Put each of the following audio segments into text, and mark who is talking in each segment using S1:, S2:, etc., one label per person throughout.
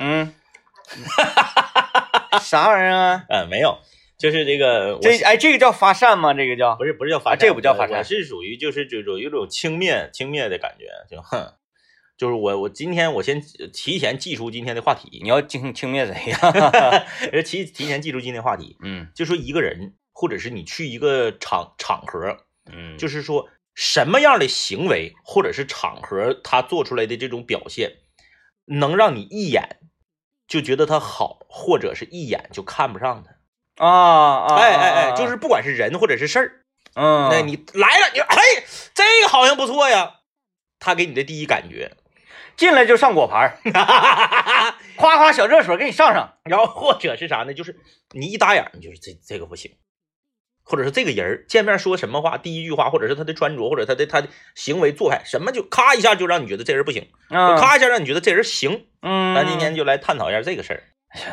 S1: 嗯 啥玩意儿啊？
S2: 嗯，没有，就是这个，我
S1: 这哎，这个叫发善吗？这个叫
S2: 不是不是叫
S1: 啊
S2: 发
S1: 这不叫发
S2: 我
S1: 善
S2: 我是属于就是这种有种轻蔑轻蔑的感觉，就哼，就是我我今天我先提前记住今天的话
S1: 你
S2: 题，呃
S1: 要轻轻蔑谁 呀？
S2: 提提前记住今天话题，
S1: 嗯
S2: 就说一个人或者是你去一个场场合，
S1: 嗯，
S2: 就是是说什么样的行为或者是场合他做出来的这种表现，能让你一眼就觉得他好，或者是一眼就看不上他。
S1: 啊啊，
S2: 哎
S1: 啊
S2: 哎哎，
S1: 啊
S2: 就是不管是人或者是事儿，
S1: 嗯，
S2: 那你来了，你说哎，这个好像不错呀。他给你的第一感觉，
S1: 进来就上果盘儿， 夸夸小热水给你上上，
S2: 然后或者是啥呢？就是你一打眼，你就是这这个不行，或者是这个人儿见面说什么话，第一句话，或者是他的穿着，或者他的他的行为做派，什么就咔一下就让你觉得这人不行，
S1: 嗯，
S2: 咔一下让你觉得这人行。
S1: 嗯，
S2: 咱今天就来探讨一下这个事儿。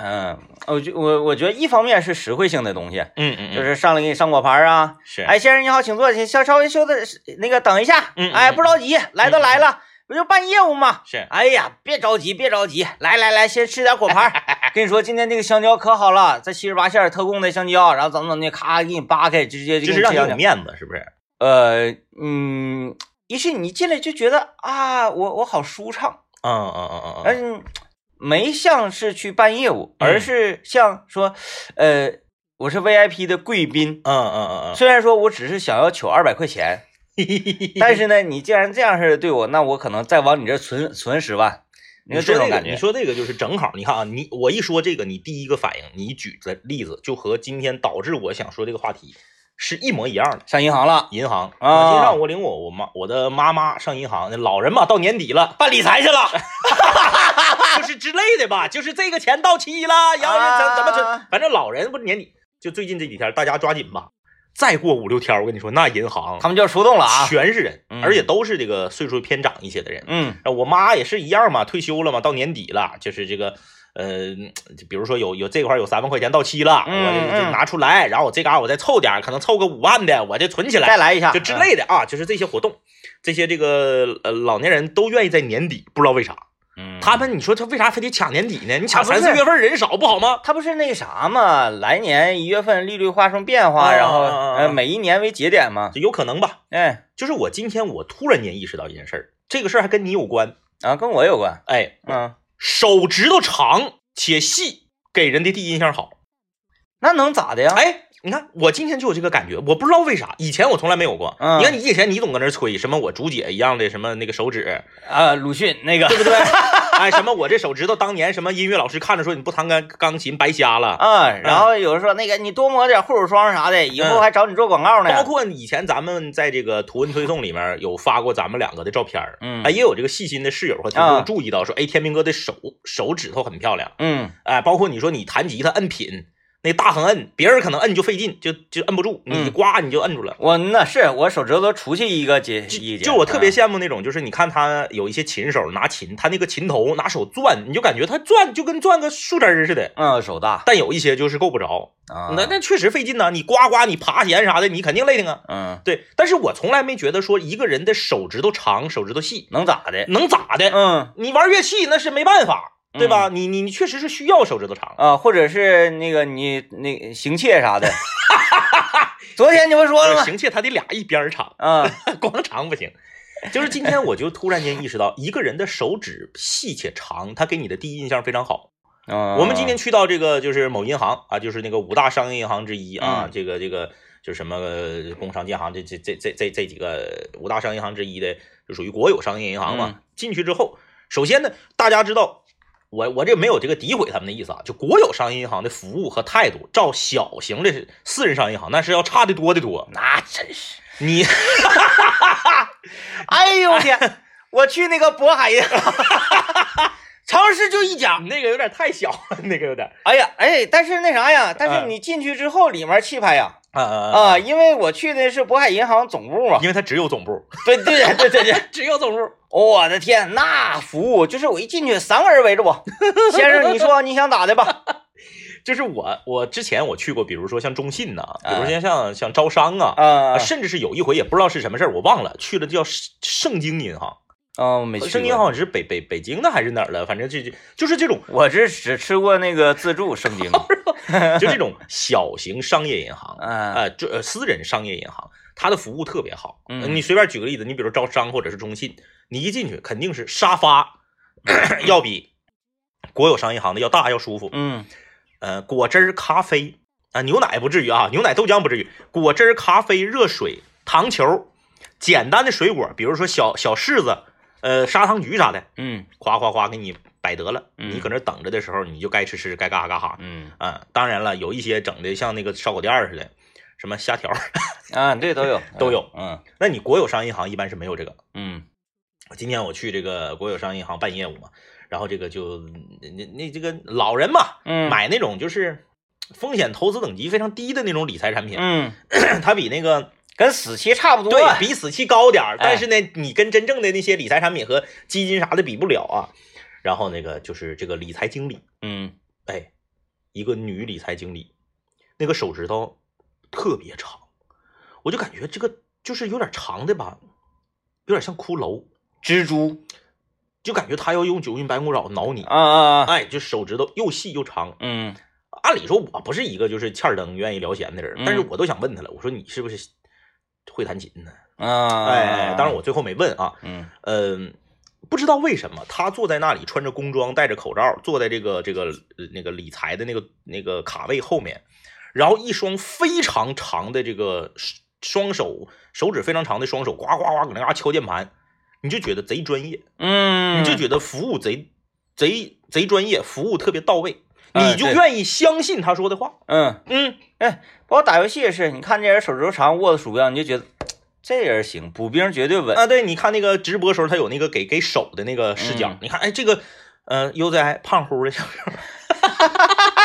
S1: 嗯，我觉我我觉得一方面是实惠性的东西，
S2: 嗯嗯
S1: 就是上来给你上果盘儿啊，
S2: 是
S1: 哎，先生你好，请坐，请稍稍微休的那个等一下，
S2: 嗯嗯
S1: 哎，
S2: 嗯
S1: 不着急，来都
S2: 嗯
S1: 来了，不就办业务嘛。
S2: 是，
S1: 哎呀，别着急，别着急，来来来，先吃点果盘 儿。跟你说，今天这个香蕉可好了，这七十八馅儿特供的香蕉，然后怎么怎么的，咔给你扒开，直接就
S2: 就
S1: 给
S2: 是
S1: 你
S2: 让
S1: 吃
S2: 你
S1: 香
S2: 有
S1: 蕉。
S2: 面子，是不是？
S1: 呃，嗯，一是你进来就觉得啊，我我好舒畅，
S2: 嗯嗯嗯嗯嗯，
S1: 嗯，没像是去办业务，
S2: 嗯
S1: 而是像说，呃，我是 VIP 的贵宾。
S2: 嗯嗯嗯
S1: 虽然说我只是想要求二百块 钱，
S2: 嗯。
S1: 但是呢，你既然这样式的对我，那我可能再往你这存存十万，你
S2: 你
S1: 就这
S2: 说这
S1: 种
S2: 个，
S1: 感觉。
S2: 你说这个就是正好，你看啊，你我一说这个，你第一个反应，你举的例子就和今天导致我想说这个话题是一模一样的。
S1: 上银行了，
S2: 银行
S1: 啊
S2: 今上我领我我妈我的妈妈上银行，那老人嘛，到年底了，办理财去了， 就是之类的吧，就是这个钱到期了，然后
S1: 啊
S2: 怎怎么存，反正老人不是年底，就最近这几天，大家抓紧吧，再过五六天，我跟你说，那银行
S1: 他们就要出动了啊。
S2: 全是人，
S1: 嗯
S2: 而且都是这个岁数偏长一些的人，
S1: 嗯
S2: 啊，我妈也是一样嘛，退休了嘛，到年底了，就是这个，呃，就比如说有有这块儿有三万块钱到期了，
S1: 嗯
S2: 我就就
S1: 嗯
S2: 拿出来，然后我这嘎我再凑点儿，可能凑个五万的，我就存起
S1: 再嗯
S2: 来，
S1: 来一下，
S2: 就之类的啊，就是这些活动，这些这个呃老年人都愿意在年底，不知道为啥，
S1: 嗯。嗯
S2: 他们你说他为啥非得抢年底呢？你抢
S1: 啊不
S2: 三四
S1: 是
S2: 月份人少不好吗？
S1: 他不是那个啥嘛，来年一月份利率发生变化，
S2: 啊
S1: 然后
S2: 啊啊啊
S1: 呃每一年为节点嘛。
S2: 就有可能吧，
S1: 哎
S2: 就是我今天我突然间意识到一件事儿，这个事儿还跟你有关，
S1: 啊，跟我有关。
S2: 哎，
S1: 嗯，
S2: 手指头长且细，给人的第一印象好。
S1: 那能咋的呀？
S2: 哎，你看我今天就有这个感觉，我不知道为啥，以前我从来没有过。
S1: 嗯
S2: 你看你以前你总搁那儿吹什么我竹姐一样的什么那个手指，
S1: 啊，鲁迅那个啊
S2: 对不对？哎，什么我这手指头当年什么音乐老师看着说你不弹钢钢琴白瞎了。
S1: 啊，然后有人说那个你多抹点护手霜啥的，以后还找你做广告呢。
S2: 嗯包括以前咱们在这个图文推送里面有发过咱们两个的照片儿，
S1: 嗯
S2: 哎，也有这个细心的室友和听
S1: 啊
S2: 众注意到说，哎，天明哥的手手指头很漂亮，
S1: 嗯
S2: 哎，包括你说你弹吉他摁品那大横摁，别人可能摁就费劲，就就摁不住，你
S1: 嗯
S2: 呱你就摁住了。
S1: 我那是我手指头都出去一个节一嗯
S2: 就
S1: 节，
S2: 就我特别羡慕那种，就是你看他有一些琴手拿琴，他那个琴头拿手攥，你就感觉他攥就跟攥个树枝儿似的。
S1: 嗯手大
S2: 但有一些就是够不着，
S1: 啊，
S2: 那那确实费劲呐、你呱呱，你爬弦啥的，你肯定累挺啊。
S1: 嗯
S2: 对，但是我从来没觉得说一个人的手指头长、手指头细
S1: 能咋的？
S2: 能咋的。
S1: 嗯
S2: 你玩乐器那是没办法，对吧？你你你确实是需要手指头长。
S1: 啊，或者是那个你那行窃啥的， 昨天你不说了吗？
S2: 行窃他得俩一边儿长，
S1: 啊，
S2: 光长不行。就是今天我就突然间意识到，一个人的手指细且长，他给你的第一印象非常好。我
S1: 我
S2: 们今天去到这个就是某银行啊，就是那个五大商业银行之一啊，
S1: 嗯
S2: 这个这个就是什么呃工商建行这这这这这这几个五大商业银行之一的，就属于国有商业银行嘛。进去之后，首先呢，大家知道。我我这没有这个诋毁他们的意思啊，就国有商业银行的服务和态度，照小型的私人商业银行那是要差的多的多。
S1: 那真是，
S2: 你
S1: 哎呦我
S2: ，
S1: 天，我去那个渤海呀，超市就一家
S2: 那个有点太小了，那个有点
S1: 哎呀哎，但是那啥呀，但是
S2: 嗯
S1: 你进去之后里面气派呀。
S2: 啊
S1: 啊，，因为我去的是渤海银行总部嘛。
S2: 因为它只有总部，
S1: 对对对对对对，
S2: 只有总部。
S1: 我的天，那服务就是我一进去，三个人围着我，先生，你说你想咋的 吧？
S2: 就是我，我之前我去过，比如说像中信呐、比如
S1: 哎
S2: 说像像招商啊，
S1: 啊
S2: 甚至是有一回也不知道是什么事儿，我忘了，去了叫盛盛京银行，
S1: 啊，我没去
S2: 恒
S1: 过。
S2: 呃生银好像是北北北京的还是哪儿的，反正这就就是这种
S1: 我这只吃过那个自助圣 经，
S2: 就这种小型商业银行，
S1: 嗯
S2: 呃，就呃私人商业银行，它的服务特别好。
S1: 嗯
S2: 你随便举个例子，你比如招商或者是中信，你一进去肯定是沙发 要比国有商业银行的要大要舒服。
S1: 嗯
S2: 呃，果汁儿、咖啡啊、牛奶不至于啊，牛奶、豆浆不至于，果汁儿、咖啡、热水、糖球，简单的水果，比如说小小柿子、呃砂糖橘啥的，
S1: 嗯
S2: 夸夸夸给你摆得了。
S1: 嗯
S2: 你搁那儿等着的时候，你就该吃吃，该嘎哈嘎哈。
S1: 嗯
S2: 啊，当然了，有一些整的像那个烧烤店儿似的，什么虾条儿，
S1: 啊，对，都有
S2: 都有
S1: 嗯
S2: 那你国有商业银行一般是没有这个。
S1: 嗯
S2: 今天我去这个国有商业银行办业务嘛，然后这个就那那这个老人嘛，
S1: 嗯，
S2: 买那种就是风险投资等级非常低的那种理财产品，
S1: 嗯，
S2: 它比那个
S1: 跟死期差不多，啊
S2: 对啊比死期高点
S1: 哎
S2: 儿，但是呢，你跟真正的那些理财产品和基金啥的比不了啊。然后那个就是这个理财经理，
S1: 嗯
S2: 哎，一个女理财经理，那个手指头特别长，我就感觉这个就是有点长的吧，有点像骷髅，
S1: 蜘蛛
S2: 就感觉她要用九阴白骨爪挠你，
S1: 啊啊啊，
S2: 哎，就手指头又细又长。
S1: 嗯
S2: 按理说我不是一个就是欠儿灯愿意聊闲的人，但是
S1: 嗯
S2: 我都想问他了，我说你是不是会弹琴呢？
S1: 啊，
S2: 哎，当然
S1: 我
S2: 我最后没问啊，
S1: 嗯
S2: 嗯。不知道为什么，他坐在那里，穿着工装，戴着口罩，坐在这个这个呃那个理财的那个那个卡位后面，然后一双非常长的这个手双手，手指非常长的双手，呱呱呱搁那嘎敲键盘，你就觉得贼专业，
S1: 嗯，
S2: 你就觉得服务贼贼贼专业，服务特别到位，
S1: 哎
S2: 你就
S1: 对
S2: 愿意相信他说的话。
S1: 嗯。
S2: 嗯，
S1: 包括打游戏也是，你看这人手指头长，握着鼠标，你就觉得这人行，补兵绝对稳。
S2: 啊，对，你看那个直播时候，他有那个给给手的那个视角，
S1: 嗯
S2: 你看，哎，这个，呃，悠哉胖乎的小时候，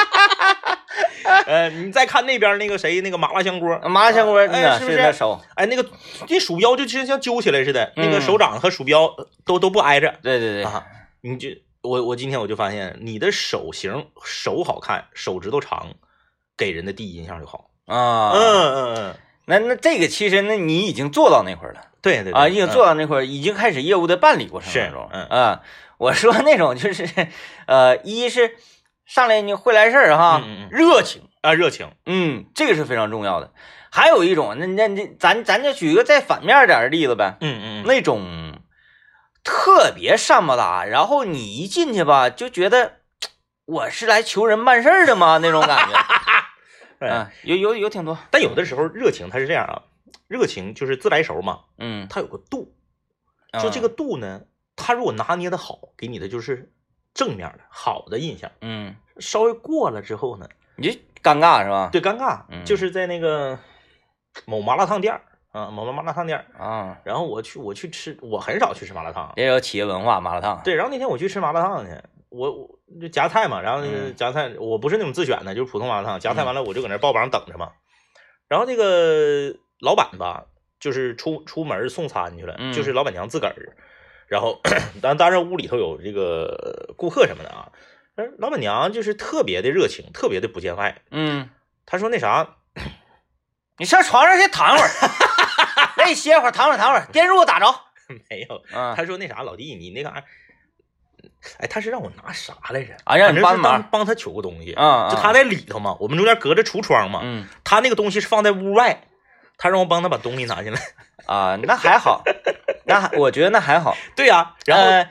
S2: 呃，你再看那边那个谁，那个麻辣香锅，
S1: 麻辣香锅
S2: 哎
S1: 真的
S2: 是不
S1: 是
S2: 是
S1: 那手，
S2: 哎，那个那鼠标就就像揪起来似的，那个
S1: 嗯
S2: 手掌和鼠标都都不挨着
S1: 对对对，
S2: 啊，你就我我今天我就发现，你的手型手好看，手指头长，给人的第一印象就好。嗯
S1: 啊，
S2: 嗯嗯，
S1: 那那这个其实那你已经做到那块儿了
S2: 对对对
S1: 啊，已经
S2: 嗯
S1: 做到那块儿，已经开始业务的办理过程当中，
S2: 是嗯
S1: 啊，我说那种就是，呃，一是上来你会来事儿哈
S2: 嗯嗯嗯，
S1: 热情，
S2: 啊热情，
S1: 嗯，这个是非常重要的。还有一种，那那那咱咱就举个再反面点儿的例子呗，
S2: 嗯嗯嗯。
S1: 那种特别善不搭，然后你一进去吧，就觉得我是来求人办事儿的吗？那种感 觉，
S2: 哎
S1: 嗯，有有有挺多，
S2: 但有的时候热情它是这样啊，热情就是自来熟嘛，
S1: 嗯，
S2: 它有个度，
S1: 嗯
S2: 就这个，度呢，它如果拿捏的好，给你的就是正面的好的印象，
S1: 嗯，
S2: 稍微过了之后呢，
S1: 你就尴尬是吧？
S2: 对，尴尬，
S1: 嗯
S2: 就是在那个某麻辣烫店儿啊，某麻辣烫店儿，
S1: 啊，
S2: 然后我去我去吃，我很少去吃麻辣烫，
S1: 也有企业文化 麻辣烫，
S2: 对，然后那天我去吃麻辣烫去。我我就夹菜嘛，然后那个
S1: 嗯
S2: 夹菜，我不是那种自选的，就是普通麻辣烫。夹菜完了，我就搁那儿爆榜等着嘛。然后这个老板吧，就是出出门送餐去了，
S1: 嗯
S2: 就是老板娘自个儿。然后， 当当然屋里头有这个呃顾客什么的啊。但是老板娘就是特别的热情，特别的不见外。
S1: 嗯，
S2: 她说那啥，
S1: 你上床上先躺会 儿，累歇会儿，躺会儿躺会儿，电褥打着，
S2: 没有，
S1: 嗯，
S2: 她说那啥，老弟，你那嘎、哎，她是让我拿啥来着？
S1: 啊让你
S2: 反正
S1: 帮
S2: 是
S1: 忙
S2: 帮帮她取过东西。
S1: 嗯，
S2: 就她在里头嘛，我们中间隔着橱窗嘛，
S1: 嗯，嗯
S2: 他那个东西是放在屋外，他让我帮他把东西拿进来。
S1: 啊，那还好，那还我觉得那还好。
S2: 对呀、然后、
S1: 呃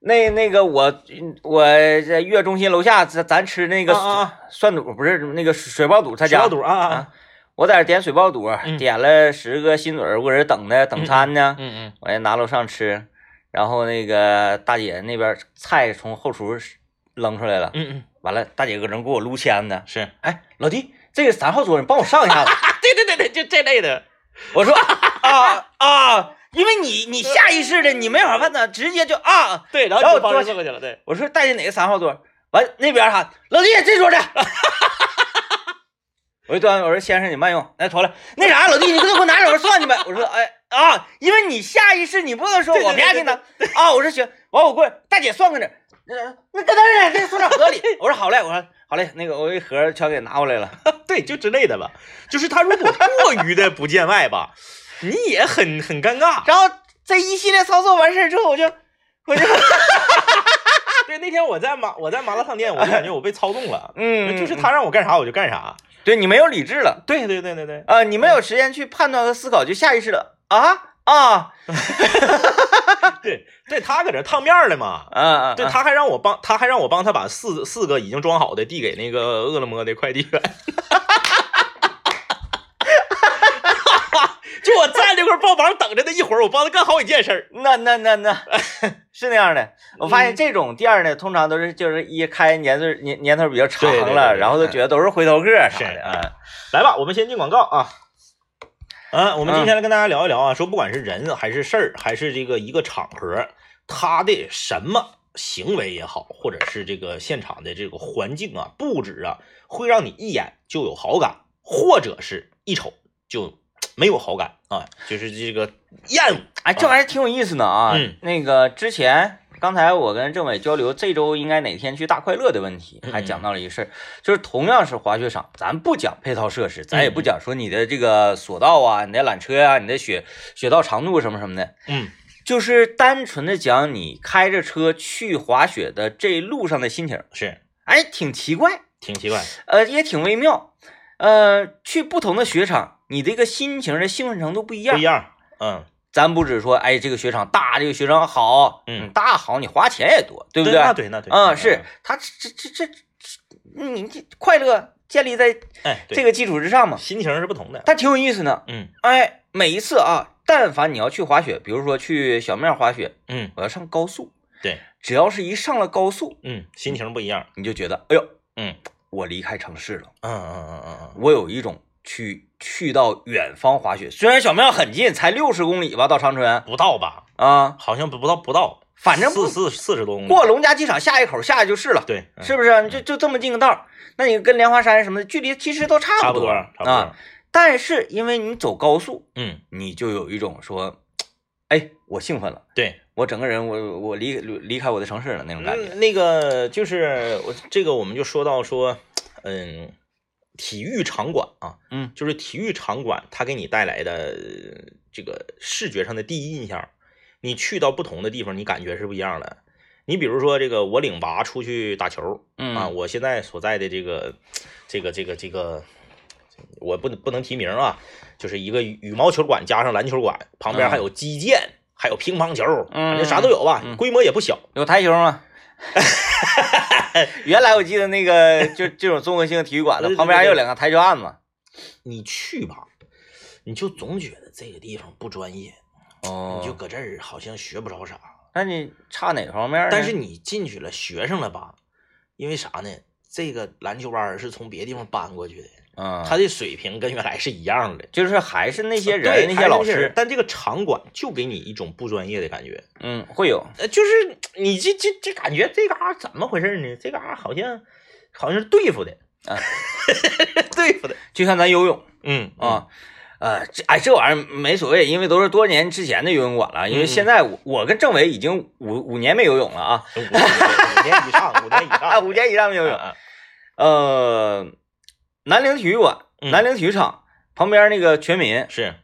S1: 那那个我我在月中心楼下，咱咱吃那个
S2: 啊啊啊
S1: 蒜肚，不是那个水爆肚，他
S2: 小
S1: 家
S2: 老堵啊啊
S1: 啊，我在这点水爆肚，
S2: 嗯
S1: 点了十个心嘴儿，我搁这等着等餐呢，
S2: 嗯嗯，
S1: 我也拿楼上吃，然后那个大姐那边菜从后厨扔出来了，
S2: 嗯嗯，
S1: 完了大姐搁这给我撸签子，
S2: 是，
S1: 哎，老弟，这个三号桌你帮我上一下子，
S2: 对对对对，就这类的。
S1: 我说啊啊，因为你你下意识的你没法判断，直接就啊。
S2: 对，然
S1: 然后
S2: 后就帮
S1: 桌
S2: 着
S1: 下
S2: 坐过去了，对。
S1: 我说带进哪个三号桌？完那边喊老弟这桌子， 我就端，我说先生你慢用，来妥了。那啥，老弟你给我拿手算去呗。我说哎啊，因为你下意识你不能说
S2: 对对
S1: 我
S2: 对
S1: 偏给你拿啊，我说行，完我过来，大姐算个整，那那搁那儿呢，这塑料盒里。我说好嘞，我说好嘞，那个我一盒全给拿过来了。
S2: 对，就之类的吧。就是他如果过于的不见外吧，你也很很尴尬。
S1: 然后这一系列操作完事儿之后，我就我就，
S2: 对，那天我在麻我在麻辣烫店，我就感觉我被操纵了
S1: 嗯，
S2: 就是他让我干啥我就干啥。
S1: 对你没有理智了。
S2: 对对对对对，
S1: 呃，你没有时间去判断和思考，就下意识的啊啊，
S2: 对对，他搁这烫面儿了嘛。
S1: 嗯、啊，
S2: 对，他还让我帮，他还让我帮他把四四个已经装好的递给那个饿了么的快递员。 就我站这块儿爆榜等着他一会儿，我帮他干好几件事儿。
S1: 那那那 那是那样的。我发现这种店儿呢，通常都是就是一开年岁年年头比较长
S2: 对对对
S1: 了，
S2: 对
S1: 然后都觉得都是回头客啥
S2: 是
S1: 的。
S2: 嗯
S1: 嗯
S2: 来吧，我们先进广告啊。啊，我
S1: 嗯
S2: 们今天来跟大家聊一聊啊，说不管是人还是事儿，还是这个一个场合，他的什么行为也好，或者是这个现场的这个环境啊、布置啊，会让你一眼就有好感，或者是一瞅就没有好感啊，就是这个厌恶。
S1: 哎，这玩意儿挺有意思的啊。
S2: 嗯
S1: 那个之前刚才我跟政委交流，这周应该哪天去大快乐的问题，还讲到了一事儿，就是同样是滑雪场，咱不讲配套设施，咱也不讲说你的这个索道啊、你的缆车啊、你的雪雪道长度什么什么的，
S2: 嗯
S1: 就是单纯的讲你开着车去滑雪的这路上的心情，
S2: 是
S1: 哎，挺奇怪，
S2: 挺奇怪。
S1: 呃，也挺微妙，呃，去不同的雪场，你这个心情的兴奋程度不一样
S2: 不一。样。嗯，
S1: 咱不只说，哎，这个雪场大，这个雪场好，
S2: 嗯
S1: 大好，你花钱也多，对不
S2: 那对那对。
S1: 嗯，是，他这这这，嗯你这快乐建立在
S2: 哎，对
S1: 这个基础之上嘛，
S2: 心情是不同的。
S1: 但挺有意思呢。
S2: 嗯
S1: 哎，每一次啊，但凡你要去滑雪，比如说去小面滑雪，
S2: 嗯，
S1: 我要上高速，
S2: 对，
S1: 只要是一上了高速，
S2: 嗯，心情不一样。
S1: 你就觉得，哎呦，
S2: 嗯
S1: 我离开城市了，
S2: 嗯嗯嗯嗯嗯，
S1: 我有一种去去到远方滑雪，虽然小面很近，才六十公里吧，到长春
S2: 不到吧？
S1: 啊，
S2: 好像不不到不到，
S1: 反正不
S2: 四四四十多公里。
S1: 过龙家机场下一口下去就是了，
S2: 对，嗯
S1: 是不是？就就这么近个道儿，那你跟莲花山什么的距离其实都差
S2: 差
S1: 不
S2: 不多嗯
S1: 啊。
S2: 差不多。
S1: 但是因为你走高速，
S2: 嗯，
S1: 你就有一种说，哎，我兴奋了，
S2: 对，
S1: 我整个人我我离离开我的城市了那种感觉。
S2: 嗯那个就是我这个我们就说到说，嗯，体育场馆啊，
S1: 嗯，
S2: 就是体育场馆它给你带来的呃这个视觉上的第一印象，你去到不同的地方，你感觉是不一样的。你比如说这个，我领娃出去打球，
S1: 嗯
S2: 啊，我现在所在的这个，这个这个这个，我不能不能提名啊，就是一个羽羽毛球馆加上篮球馆，旁边还有击剑，还有乒乓球，反正啥都有吧，
S1: 嗯
S2: 规模也不小。
S1: 有台球吗？ 原来我记得那个就这种综合性体育馆的
S2: 对对
S1: 旁边还
S2: 对
S1: 有两个台球案子。
S2: 你去吧，你就总觉得这个地方不专业，
S1: 哦哎
S2: 你就搁这儿好像学不着啥。
S1: 那你差哪方面呢？
S2: 但是你进去了，学上了吧？因为啥呢？这个篮球班儿是从别地方搬过去的，
S1: 嗯，
S2: 他的水平跟原来是一样的。
S1: 就是还是那些
S2: 呃对
S1: 人
S2: 还
S1: 些
S2: 是
S1: 老
S2: 人
S1: 师，
S2: 但这个场馆就给你一种不专业的感觉，
S1: 嗯，会有。
S2: 呃，就是你这这这感觉这嘎、儿怎么回事呢？这嘎、儿好像好像是对付的
S1: 啊，
S2: 对付的，
S1: 就像咱游泳，
S2: 嗯，
S1: 啊，呃，这哎这玩意儿没所谓，因为都是多年之前的游泳馆了。因为
S2: 嗯
S1: 现在我我跟政委已经五五年没游泳了啊，
S2: 五五年以上，五年以
S1: 啊，
S2: 上，
S1: 五啊年以上没游
S2: 嗯
S1: 泳。
S2: 嗯
S1: 呃，南陵体育馆、
S2: 嗯
S1: 南陵体育场旁边那个全民
S2: 是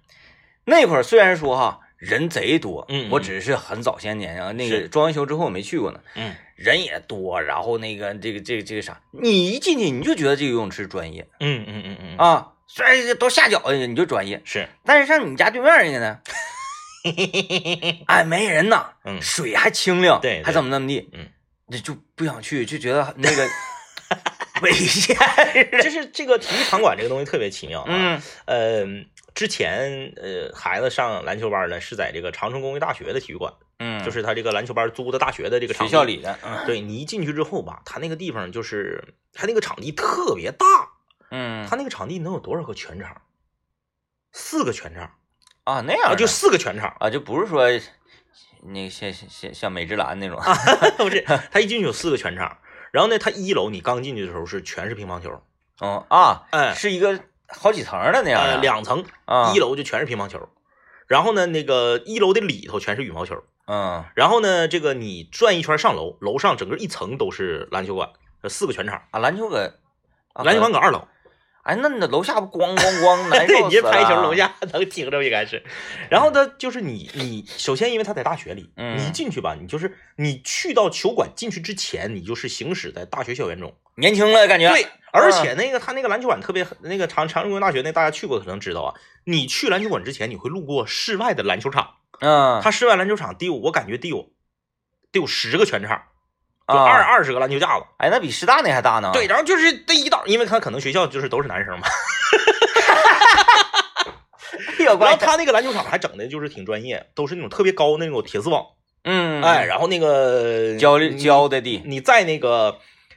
S1: 那会儿，虽然说哈人贼多，
S2: 嗯嗯
S1: 我只是很早些年啊，那个
S2: 是
S1: 装完修之后我没去过呢，
S2: 嗯，
S1: 人也多，然后那个这个这个这个啥，你一进去你就觉得这个游泳池专业
S2: 嗯嗯嗯嗯，
S1: 啊，虽然这都下脚的你就专业，
S2: 是，
S1: 但是上你家对面儿去 呢，哎，没人呐，
S2: 嗯
S1: 水还清亮，
S2: 对对
S1: 还怎么怎么地，
S2: 嗯，
S1: 那就不想去，就觉得 那个危险，
S2: 就是这个体育场馆这个东西特别奇妙啊。
S1: 嗯
S2: 嗯，之前呃，孩子上篮球班呢是在这个长春工业大学的体育馆，
S1: 嗯，
S2: 就是他这个篮球班租的大学的这个场
S1: 学
S2: 地
S1: 校。里的，嗯
S2: 对你一进去之后吧，他那个地方就是他那个场地特别大，
S1: 嗯，
S2: 他那个场地能有多少个全场？四个全场
S1: 啊那样
S2: 啊，
S1: 的
S2: 就四个全 场，
S1: 啊就不是说那个像像像像美芝兰那种，
S2: 不是？他一进去有四个全场，然后呢，他一楼你刚进去的时候是全是乒乓球，
S1: 嗯啊，
S2: 哎，
S1: 是一个好几层儿的那样
S2: 呃，
S1: 的，
S2: 两层，
S1: 啊
S2: 一楼就全是乒乓球，然后呢，那个一楼的里头全是羽毛球，
S1: 嗯
S2: 然后呢，这个你转一圈上楼，楼上整个一层都是篮球馆，呃四个全场，
S1: 啊篮球搁啊
S2: 篮球馆搁二楼，
S1: 哎，那那楼下不咣咣 咣难受
S2: 对，哎你
S1: 死
S2: 这排球楼
S1: 了，啊
S2: 下能听着应该是。然后他就是你，你首先因为他在大学里，
S1: 嗯
S2: 你一进去吧，你就是你去到球馆进去之前，你就是行驶在大学校园中。
S1: 年轻了感觉。
S2: 对，而
S1: 嗯
S2: 且那个他那个篮球馆特别，那个长长春工业大学那大家去过可能知道啊，你去篮球馆之前，你会路过室外的篮球场，
S1: 嗯，
S2: 他室外篮球场得有我感觉得有得有十个全场，就
S1: 啊
S2: 二二十个篮球架子。
S1: 哎，那比师大那还大呢。
S2: 对，，然后就是这一道，因为他可能学校就是都是男生嘛，
S1: 有
S2: 然
S1: 关
S2: 后他那个篮球场还整的就是挺专业，都是那种特别高的那种铁丝网，
S1: 嗯，
S2: 哎，，嗯然后那个
S1: 教
S2: 你
S1: 教的地，
S2: 你在那个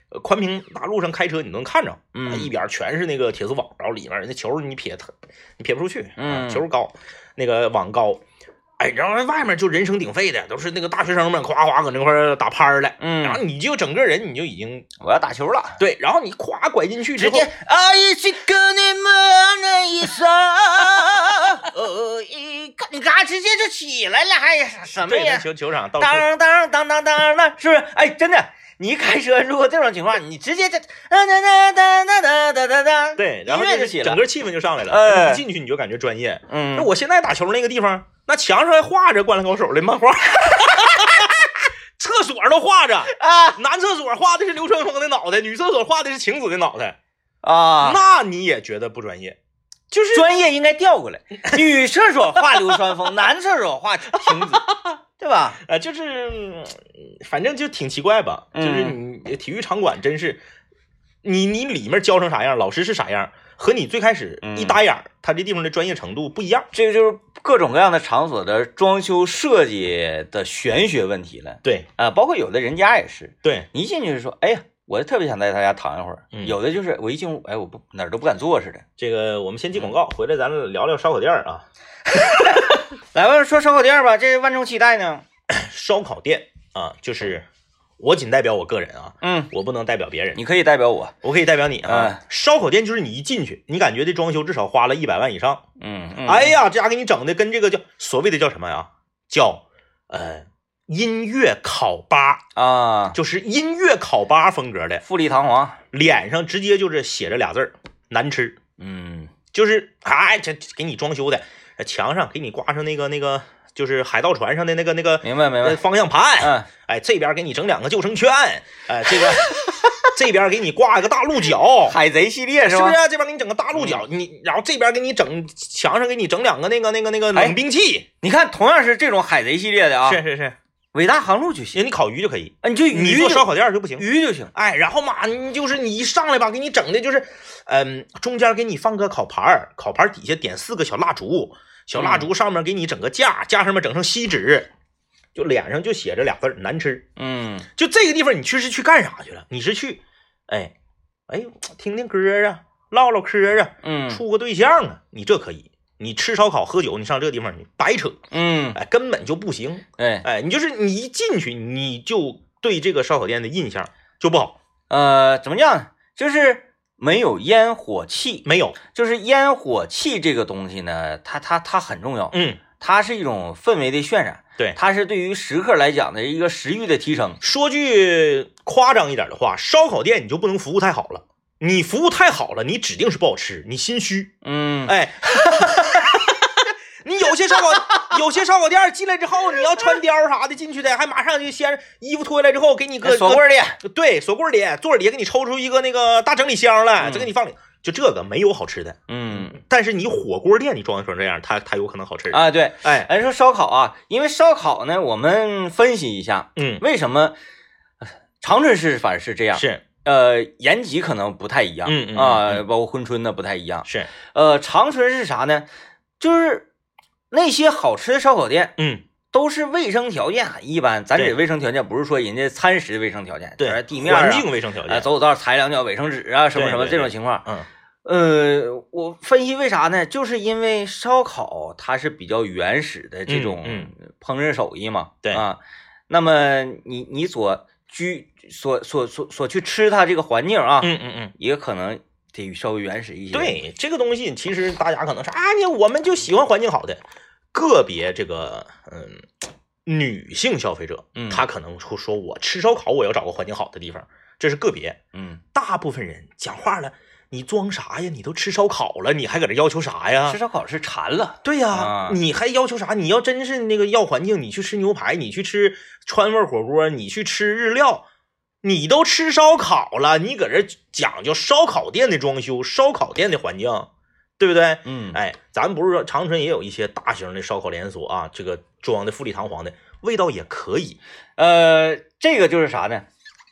S2: 呃宽平大路上开车，你能看着，
S1: 嗯
S2: 一边全是那个铁丝网，然后里面那球你撇它，你撇不出去，啊
S1: 嗯
S2: 球高，那个网高，哎，然后外面就人声鼎沸的，都是那个大学生们夸夸搁那块儿打拍儿了，然后
S1: 嗯，
S2: 你就整个人你就已经
S1: 我要打球了，
S2: 对，然后你咵拐进去之
S1: 直
S2: 后
S1: 接，爱是跟你们的一生， 哦一看你嘎直接就起来了，还什么
S2: 对，那
S1: 呀？
S2: 球球场到处
S1: 当当当当当当，是不是？哎，真的，你一开车如果这种情况，你直接就啊哒哒哒哒哒哒哒哒哒，
S2: 对，然后
S1: 音乐
S2: 就
S1: 就是起
S2: 整
S1: 了
S2: 个气氛就上来了，
S1: 哎
S2: 一进去你就感觉专业。那
S1: 嗯，
S2: 我现在打球那个地方，那墙上还画着《灌篮高手》的漫画， 厕所都画着，
S1: 啊
S2: 男厕所画的是流川枫的脑袋，女厕所画的是晴子的脑袋，
S1: 啊，
S2: 那你也觉得不专业？就是
S1: 专业应该调过来，女厕所画流川枫， 男厕所画晴子， 对吧？
S2: 呃，就是嗯反正就挺奇怪吧，就是
S1: 嗯
S2: 你体育场馆真是，你你里面教成啥样，老师是啥样，和你最开始
S1: 嗯
S2: 一搭眼儿，他这地方的专业程度不一样。
S1: 这个就是各种各样的场所的装修设计的玄学问题了
S2: 对
S1: 啊、包括有的人家也是，
S2: 对，
S1: 你一进去就说，哎呀，我特别想在他家躺一会儿；
S2: 嗯
S1: 有的就是我一进屋，哎，我不哪儿都不敢坐似的。
S2: 这个我们先进广
S1: 嗯
S2: 告，回来咱聊聊烧烤店儿啊。
S1: 来吧，说烧烤店吧，这万众期待呢。
S2: 烧烤店啊，就是我仅代表我个人啊，
S1: 嗯，
S2: 我不能代表别人，
S1: 你可以代表我。
S2: 我可以代表你啊
S1: 哎。
S2: 烧烤店就是你一进去，你感觉这装修至少花了一百万以上，
S1: 嗯，嗯
S2: 哎，呀，这家给你整的跟这个叫所谓的叫什么呀？叫呃音乐烤吧，
S1: 啊，
S2: 就是音乐烤吧风格的，
S1: 富丽堂皇。
S2: 脸上直接就是写着俩字儿难吃，
S1: 嗯
S2: 就是哎这这给你装修的，呃墙上给你挂上那个那个就是海盗船上的那个那个
S1: 明白明
S2: 呃
S1: 白。
S2: 方向盘，
S1: 嗯，
S2: 哎，这边给你整两个救生圈，哎，这个这边给你挂个大 鹿角，
S1: 海贼系列
S2: 是
S1: 吧？
S2: 不是、啊？这边给你整个大鹿角，你然后这边给你整墙上给你整两个那个那个那个
S1: 哎
S2: 冷兵器，
S1: 你看，同样是这种海贼系列的啊，
S2: 是是是，
S1: 伟大航路就行，
S2: 人你烤鱼就可以，
S1: 啊，你就
S2: 你
S1: 鱼
S2: 做烧
S1: 就
S2: 烤店就不行。
S1: 鱼就行。
S2: 哎，然后嘛，你就是你一上来吧，给你整的就是，嗯，中间给你放个烤盘儿，烤盘儿底下点四个小蜡烛，小蜡烛上面给你整个架，架上面整成锡纸，就脸上就写着俩字儿难吃。
S1: 嗯
S2: 就这个地方，你去是去干啥去了？你是去，哎，哎，听听歌啊，唠唠嗑啊，
S1: 嗯
S2: 处个对象啊，你这可以。你吃烧烤喝酒，你上这地方你白扯，
S1: 嗯，
S2: 哎，根本就不行。
S1: 对，
S2: 哎，你就是你一进去，你就对这个烧烤店的印象就不好，
S1: 呃，怎么讲呢？就是没有烟火气，
S2: 没有，
S1: 就是烟火气这个东西呢，它它它很重要，
S2: 嗯，
S1: 它是一种氛围的渲染，
S2: 对
S1: 它是对于食客来讲的一个食欲的提升。
S2: 说句夸张一点的话，烧烤店你就不能服务太好了。你服务太好了，你指定是不好吃，你心虚。
S1: 嗯，
S2: 哎，你有些烧烤，有些烧烤店进来之后，你要穿貂啥的进去的，还马上就先衣服脱下来之后，给你搁
S1: 锁柜里，
S2: 搁对锁哎柜里座底下给你抽出一个那个大整理箱来，
S1: 嗯
S2: 再给你放里。就这个没有好吃的，
S1: 嗯
S2: 但是你火锅店你装成这样，它它有可能好吃。
S1: 啊，对，
S2: 哎，
S1: 哎，说烧烤啊，因为烧烤呢，我们分析一下
S2: 嗯，
S1: 为什么呃长春市反而是这样，
S2: 是
S1: 呃，延吉可能不太一样，
S2: 嗯嗯嗯
S1: 啊、
S2: 嗯
S1: 包括珲春的不太一样，
S2: 是，
S1: 呃，长春是啥呢？就是那些好吃的烧烤店
S2: 嗯，
S1: 都是卫生条件很一般，咱
S2: 对
S1: 指卫生条件不是说人家餐食的卫生条件，
S2: 对
S1: 就是，地面、啊、
S2: 环境卫生条
S1: 啊、
S2: 件，
S1: 走走道踩两脚卫生纸啊，什么
S2: 对
S1: 什么
S2: 对
S1: 这种
S2: 对
S1: 情况。
S2: 嗯，
S1: 呃，我分析为啥呢？就是因为烧烤它是比较原始的这
S2: 嗯
S1: 种
S2: 嗯
S1: 烹饪手艺嘛，
S2: 对
S1: 啊，那么你你所居所所所所去吃它这个环境啊，
S2: 嗯嗯嗯。
S1: 也可能得稍微原始一些。，
S2: 对这个东西，其实大家可能说啊，你我们就喜欢环境好的，个别这个嗯女性消费者，
S1: 嗯
S2: 她可能会说我吃烧烤，我要找个环境好的地方，这是个别，
S1: 嗯
S2: 大部分人讲话了，你装啥呀？你都吃烧烤了，你还搁这要求啥呀
S1: 吃？烧烤是馋了，
S2: 对呀、
S1: 啊
S2: 你还要求啥？你要真是那个要环境，你去吃牛排，你去吃川味火锅，你去吃日料，你都吃烧烤了，你搁这讲究烧烤店的装修、烧烤店的环境，对不对？
S1: 嗯，
S2: 哎，咱不是说长春也有一些大型的烧烤连锁啊，这个装的富丽堂皇的，味道也可以。
S1: 呃，这个就是啥呢？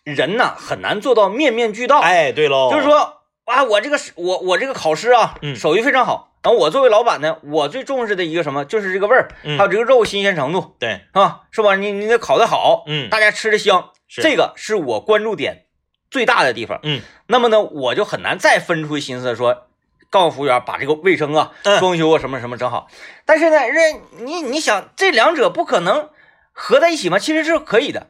S1: 人呐很难做到面面俱到，
S2: 哎，对喽，
S1: 哦就是说啊，我这个是我我这个烤师啊，
S2: 嗯
S1: 手艺非常好。然后我作为老板呢，我最重视的一个什么，就是这个味儿，
S2: 嗯
S1: 还有这个肉新鲜程度，
S2: 对，
S1: 啊，是吧？你你得烤得好，
S2: 嗯
S1: 大家吃的香，
S2: 是
S1: 这个是我关注点最大的地方。
S2: 嗯，
S1: 那么呢，我就很难再分出心思说，告诉服务员把这个卫生啊、
S2: 嗯
S1: 装修啊什么什么整好。但是呢，人你你想这两者不可能合在一起吗？其实是可以的，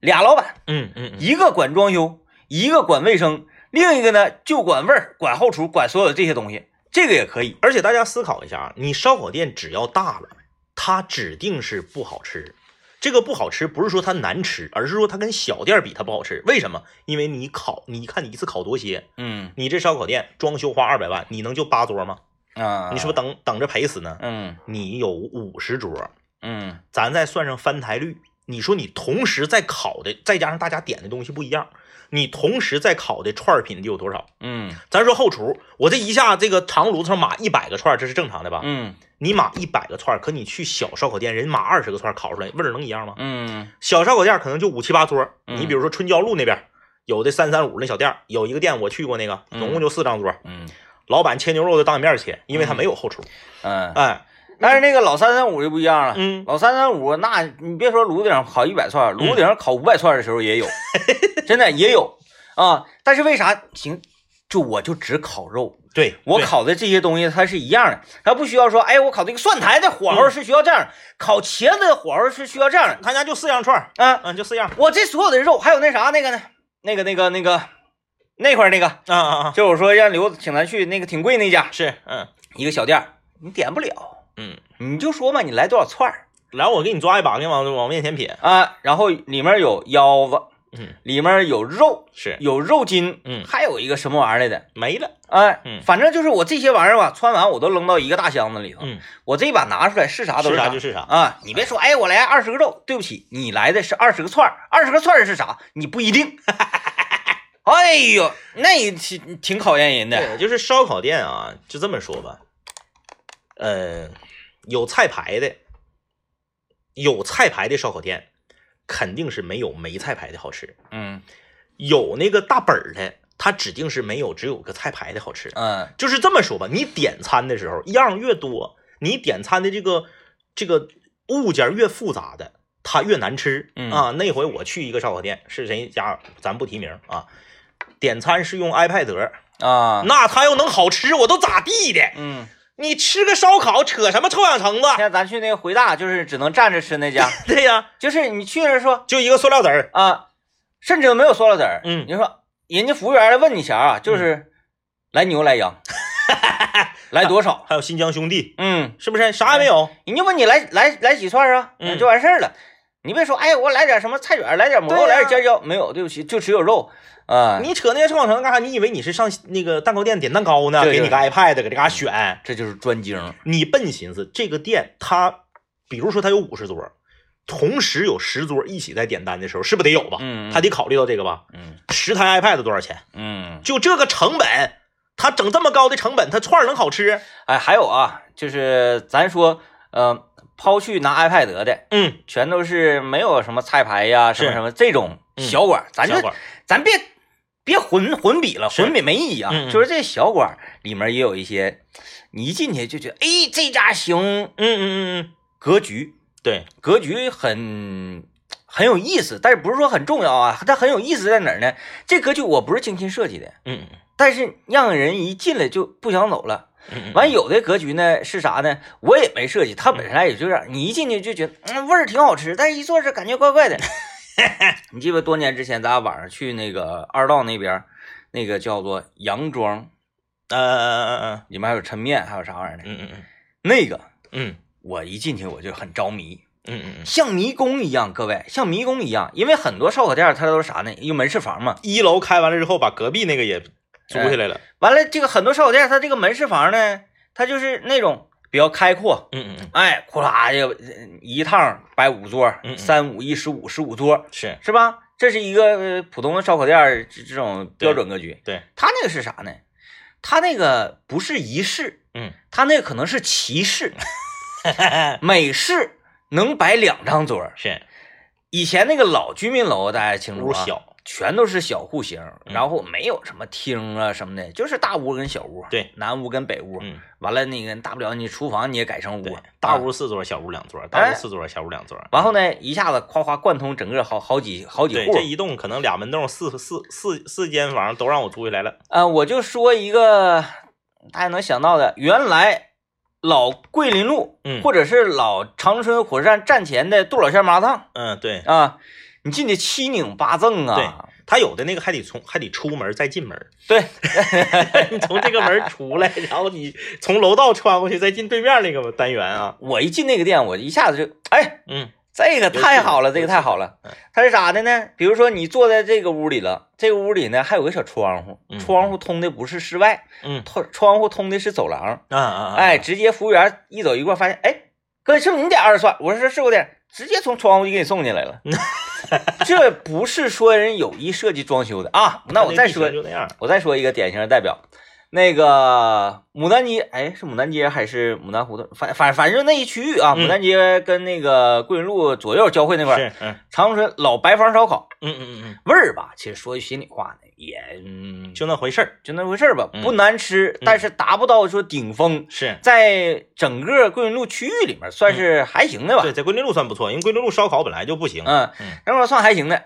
S1: 俩老板，
S2: 嗯嗯嗯，
S1: 一个管装修，一个管卫生，另一个呢就管味儿、管后厨、管所有这些东西，这个也可以。
S2: 而且大家思考一下啊，你烧烤店只要大了，它指定是不好吃。这个不好吃不是说它难吃，而是说它跟小店比它不好吃。为什么？因为你烤，你看你一次烤多些，
S1: 嗯
S2: 你这烧烤店装修花二百万，你能就八桌吗？
S1: 啊，
S2: 你是不是等等着赔死呢？
S1: 嗯
S2: 你有五十桌，
S1: 嗯
S2: 咱再算上翻台率，你说你同时在烤的，再加上大家点的东西不一样，你同时在烤的串儿品得有多少？
S1: 嗯
S2: 咱说后厨，我这一下这个长炉子上码一百个串儿，这是正常的吧？
S1: 嗯
S2: 你码一百个串儿，可你去小烧烤店，人码二十个串儿烤出来，味儿能一样吗？
S1: 嗯
S2: 小烧烤店可能就五七八桌儿，
S1: 嗯
S2: 你比如说春娇路那边有的三三五那小店儿，有一个店我去过那个，
S1: 嗯
S2: 总共就四张桌儿，
S1: 嗯
S2: 老板切牛肉就当面切，因为他没有后厨。
S1: 嗯。
S2: 哎，
S1: 但是那个老三三五就不一样了，
S2: 嗯
S1: 老三三五那你别说炉顶上烤一百串儿，炉顶上烤五百串儿的时候也 有，真的也有啊。但是为啥行？就我就只烤肉，
S2: 对
S1: 我
S2: 对
S1: 烤的这些东西它是一样的，它不需要说，哎，我烤这个蒜苔的火
S2: 嗯
S1: 候是需要这样，烤茄子的火候是需要这样
S2: 他家就四样串儿，
S1: 的啊。
S2: 嗯，就四样。
S1: 我这所有的肉，还有那啥那个呢，那个那个那个那块儿那个，
S2: 啊啊啊！
S1: 就我说让刘子请咱去那个挺贵那家
S2: 是，嗯
S1: 一个小店儿，你点不了，
S2: 嗯。
S1: 你就说嘛，你来多少串儿。
S2: 然后我给你抓一把，给你往往面前撇。
S1: 啊，然后里面有腰子，
S2: 嗯，
S1: 里面有肉，
S2: 是
S1: 有肉筋，
S2: 嗯
S1: 还有一个什么玩意儿来的，
S2: 没了。
S1: 哎，
S2: 嗯
S1: 反正就是我这些玩意儿吧，穿完我都扔到一个大箱子里头，
S2: 嗯，
S1: 我这一把拿出来是啥都
S2: 是
S1: 啥
S2: 啥就是啥。
S1: 啊，你别说，哎，我来二十个肉，对不起，你来的是二十个串儿，二十个串儿是啥，你不一定。 哎呦，那也挺挺考验人的，
S2: 对，就是烧烤店啊，就这么说吧，呃，有菜牌的，有菜牌的烧烤店，肯定是没有没菜牌的好吃。
S1: 嗯
S2: 有那个大本儿的，它指定是没有只有个菜牌的好吃。
S1: 嗯
S2: 就是这么说吧，你点餐的时候样越多，你点餐的这个这个物件越复杂的，它越难吃、
S1: 嗯
S2: 啊。那回我去一个烧烤店，是谁家咱不提名啊，点餐是用 iPad，
S1: 啊，
S2: 那它要能好吃，我都咋地的？
S1: 嗯，
S2: 你吃个烧烤扯什么臭氧层
S1: 现
S2: 子？
S1: 在咱去那个回大，就是只能站着吃那家，
S2: 对呀、
S1: 就是你去那儿说，
S2: 就一个塑料子儿，
S1: 啊，甚至都没有塑料子儿。
S2: 嗯
S1: 你说人家服务员来问你钱啊，就是来牛来 羊，来多少？
S2: 还有新疆兄弟，
S1: 嗯，
S2: 是不是啥也没有？
S1: 人家问你来来来几串啊，
S2: 嗯
S1: 就完事儿了。你别说，哎，我来点什么菜卷儿，来点蘑菇，
S2: 对呀
S1: 来点尖椒，没有，对不起，就只有肉啊。
S2: 你扯那些臭氧层子干啥？你以为你是上那个蛋糕店点蛋糕呢？
S1: 对对
S2: 给你个 iPad，搁这嘎选。
S1: 这就是专精，
S2: 你笨寻思这个店它，比如说它有五十桌，同时有十桌一起在点单的时候，是不是得有吧？
S1: 嗯
S2: 他得考虑到这个吧？
S1: 嗯
S2: 十台 iPad 多少钱？
S1: 嗯，
S2: 就这个成本，他整这么高的成本，他串儿能好吃？
S1: 哎，还有啊，就是咱说，呃，抛去拿 iPad 的，
S2: 嗯，
S1: 全都是没有什么菜牌呀，什么
S2: 是
S1: 什么这种
S2: 嗯
S1: 小馆儿，咱就
S2: 小馆儿
S1: 咱别别混混比了，
S2: 是
S1: 混比没意义啊。
S2: 嗯嗯
S1: 就是这小馆儿里面也有一些，你一进去就觉得，哎，这家行，
S2: 嗯嗯嗯嗯，
S1: 格局
S2: 对，
S1: 格局很很有意思，但是不是说很重要啊？它很有意思在哪儿呢？这格局我不是精心设计的，
S2: 嗯嗯
S1: 但是让人一进来就不想走了。
S2: 嗯嗯，
S1: 完有的格局呢是啥呢？我也没设计，它本来也就这样，你一进去就觉得嗯味儿挺好吃，但是一坐这感觉怪怪的。你记不？多年之前咱俩晚上去那个二道那边儿，那个叫做杨庄，
S2: 呃，
S1: 里面还有抻面，还有啥玩意儿的。
S2: 嗯嗯嗯
S1: 那个
S2: 嗯
S1: 我一进去我就很着迷，
S2: 嗯嗯嗯，
S1: 像迷宫一样，各位像迷宫一样，因为很多烧烤店儿它都是啥呢？有门市房嘛，
S2: 一楼开完了之后，把隔壁那个也租下来了，
S1: 完了，这个很多烧烤店，它这个门市房呢，它就是那种比较开阔，
S2: 嗯嗯嗯，
S1: 哎，库啦就一趟摆五桌
S2: 嗯嗯，
S1: 三五一十五十五桌，
S2: 是
S1: 是吧？这是一个呃普通的烧烤店儿这这种标准格局。
S2: 对，
S1: 它那个是啥呢？它那个不是一式，
S2: 嗯，
S1: 它那个可能是齐 式，每式能摆两张桌儿。
S2: 是嗯
S1: 以前那个老居民楼大家清楚
S2: 屋
S1: 啊，
S2: 小，
S1: 全都是小户型，
S2: 嗯
S1: 然后没有什么厅啊什么的，就是大屋跟小屋，
S2: 对，
S1: 南屋跟北屋。
S2: 嗯，
S1: 完了，那个大不了你厨房你也改成
S2: 对
S1: 屋，，
S2: 大
S1: 啊。
S2: 屋四桌，小屋两桌，大
S1: 哎
S2: 屋四桌，小屋两桌。
S1: 完后呢，一下子夸夸贯通整个好好几好几
S2: 对，
S1: 户
S2: 这。一栋可能俩门洞四四四四间房都让我租下来了。
S1: 啊，我就说一个大家能想到的，原来老桂林路，
S2: 嗯
S1: 或者是老长春火车站站前的杜老馅麻辣烫
S2: 嗯，对，
S1: 啊，你进去七拧八赠啊，
S2: 他有的那个还得从还得出门再进门，
S1: 对，
S2: 你 从这个门出来，然后你从楼道穿过去再进对面那个单元啊。
S1: 我一进那个店，我一下子就哎，
S2: 嗯
S1: 这个太好了，
S2: 有趣
S1: 这个太好了
S2: 嗯。
S1: 它是啥的呢？比如说你坐在这个屋里了，这个屋里呢还有个小窗户
S2: 嗯，
S1: 窗户通的不是室外，
S2: 嗯
S1: 窗窗户通的是走廊。
S2: 啊啊，啊
S1: 哎，，直接服务员一走一过，发现哎，哥是不是你点二十串？我说是我点，直接从窗户就给你送进来 了。这不是说人有意设计装修的啊。那我再
S2: 地形
S1: 说，
S2: 就那样，
S1: 我再说一个典型的代表，那个牡丹街，哎，是牡丹街还是牡丹胡同？反反反正就那一区域啊，
S2: 嗯
S1: 牡丹街跟那个桂林路左右交汇那块儿，
S2: 是嗯
S1: 长春老白房烧烤
S2: 嗯嗯嗯嗯，
S1: 味儿吧，其实说句心里话呢，也嗯就
S2: 就那回事儿，
S1: 就那回事儿吧，
S2: 嗯
S1: 不难吃，但是达不到说顶峰，
S2: 是
S1: 在整个桂林路区域里面算是还行的吧，
S2: 嗯对，在桂林路算不错，因为桂林路烧烤本来就不行。
S1: 嗯
S2: 嗯，
S1: 然后算还行的。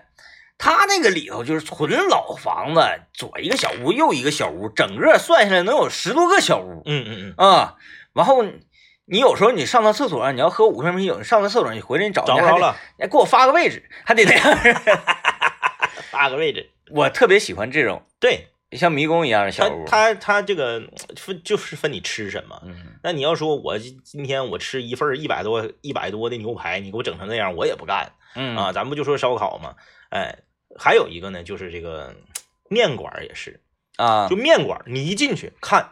S1: 他那个里头就是纯老房子，左一个小屋，右一个小屋，整个算下来能有十多个小屋
S2: 嗯嗯嗯，
S1: 啊、然后你你有时候你上趟厕所，你要喝五瓶啤酒，你上趟厕所你回来你找
S2: 找不
S1: 人家
S2: 着
S1: 还得，
S2: 了，
S1: 哎给我发个位置，还得那样。
S2: 八个位置。
S1: 我特别喜欢这种
S2: 对
S1: 像迷宫一样的
S2: 他
S1: 小屋。
S2: 他他这个分就是分你吃什么。
S1: 嗯，
S2: 那你要说我今天我吃一份一百多一百多的牛排，你给我整成那样，我也不干。
S1: 嗯
S2: 啊，咱不就说烧烤嘛，哎，还有一个呢，就是这个面馆儿也是，
S1: 啊
S2: 就面馆儿，你一进去看，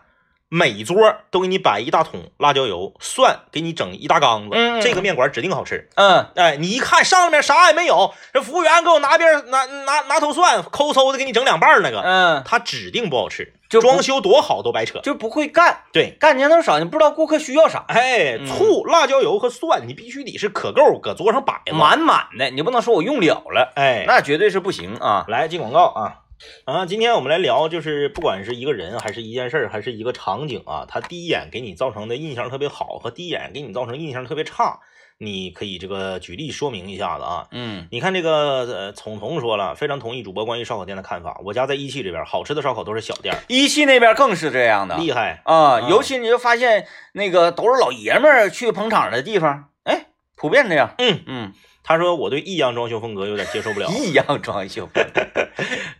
S2: 每桌儿都给你摆一大桶辣椒油，蒜给你整一大缸子，
S1: 嗯嗯
S2: 这个面馆儿指定好吃。
S1: 嗯
S2: 哎，你一看上面啥也没有，这服务员给我拿边儿拿拿拿头蒜，抠搜的给你整两瓣儿那个，
S1: 嗯，
S2: 他指定不好吃，
S1: 就不
S2: 装修多好都白扯。
S1: 就不会干，
S2: 对，
S1: 干钱都少，你不知道顾客需要啥，
S2: 哎，
S1: 嗯
S2: 醋、辣椒油和蒜，你必须得是可够搁桌上摆着。
S1: 满满的，你不能说我用了了，
S2: 哎，
S1: 那绝对是不行啊。
S2: 来进广告啊啊！今天我们来聊，就是不管是一个人，还是一件事儿，还是一个场景啊，他第一眼给你造成的印象特别好，和第一眼给你造成印象特别差，你可以这个举例说明一下子啊。
S1: 嗯
S2: 你看这个呃，聪聪说了，非常同意主播关于烧烤店的看法。我家在一汽这边，好吃的烧烤都是小店儿，，
S1: 一汽那边更是这样的
S2: 厉害。
S1: 啊，
S2: 嗯
S1: 尤其你就发现那个都是老爷们儿去捧场的地方，哎，普遍这样。
S2: 嗯
S1: 嗯，
S2: 他说我对异样装修风格有点接受不了。
S1: 异样装修，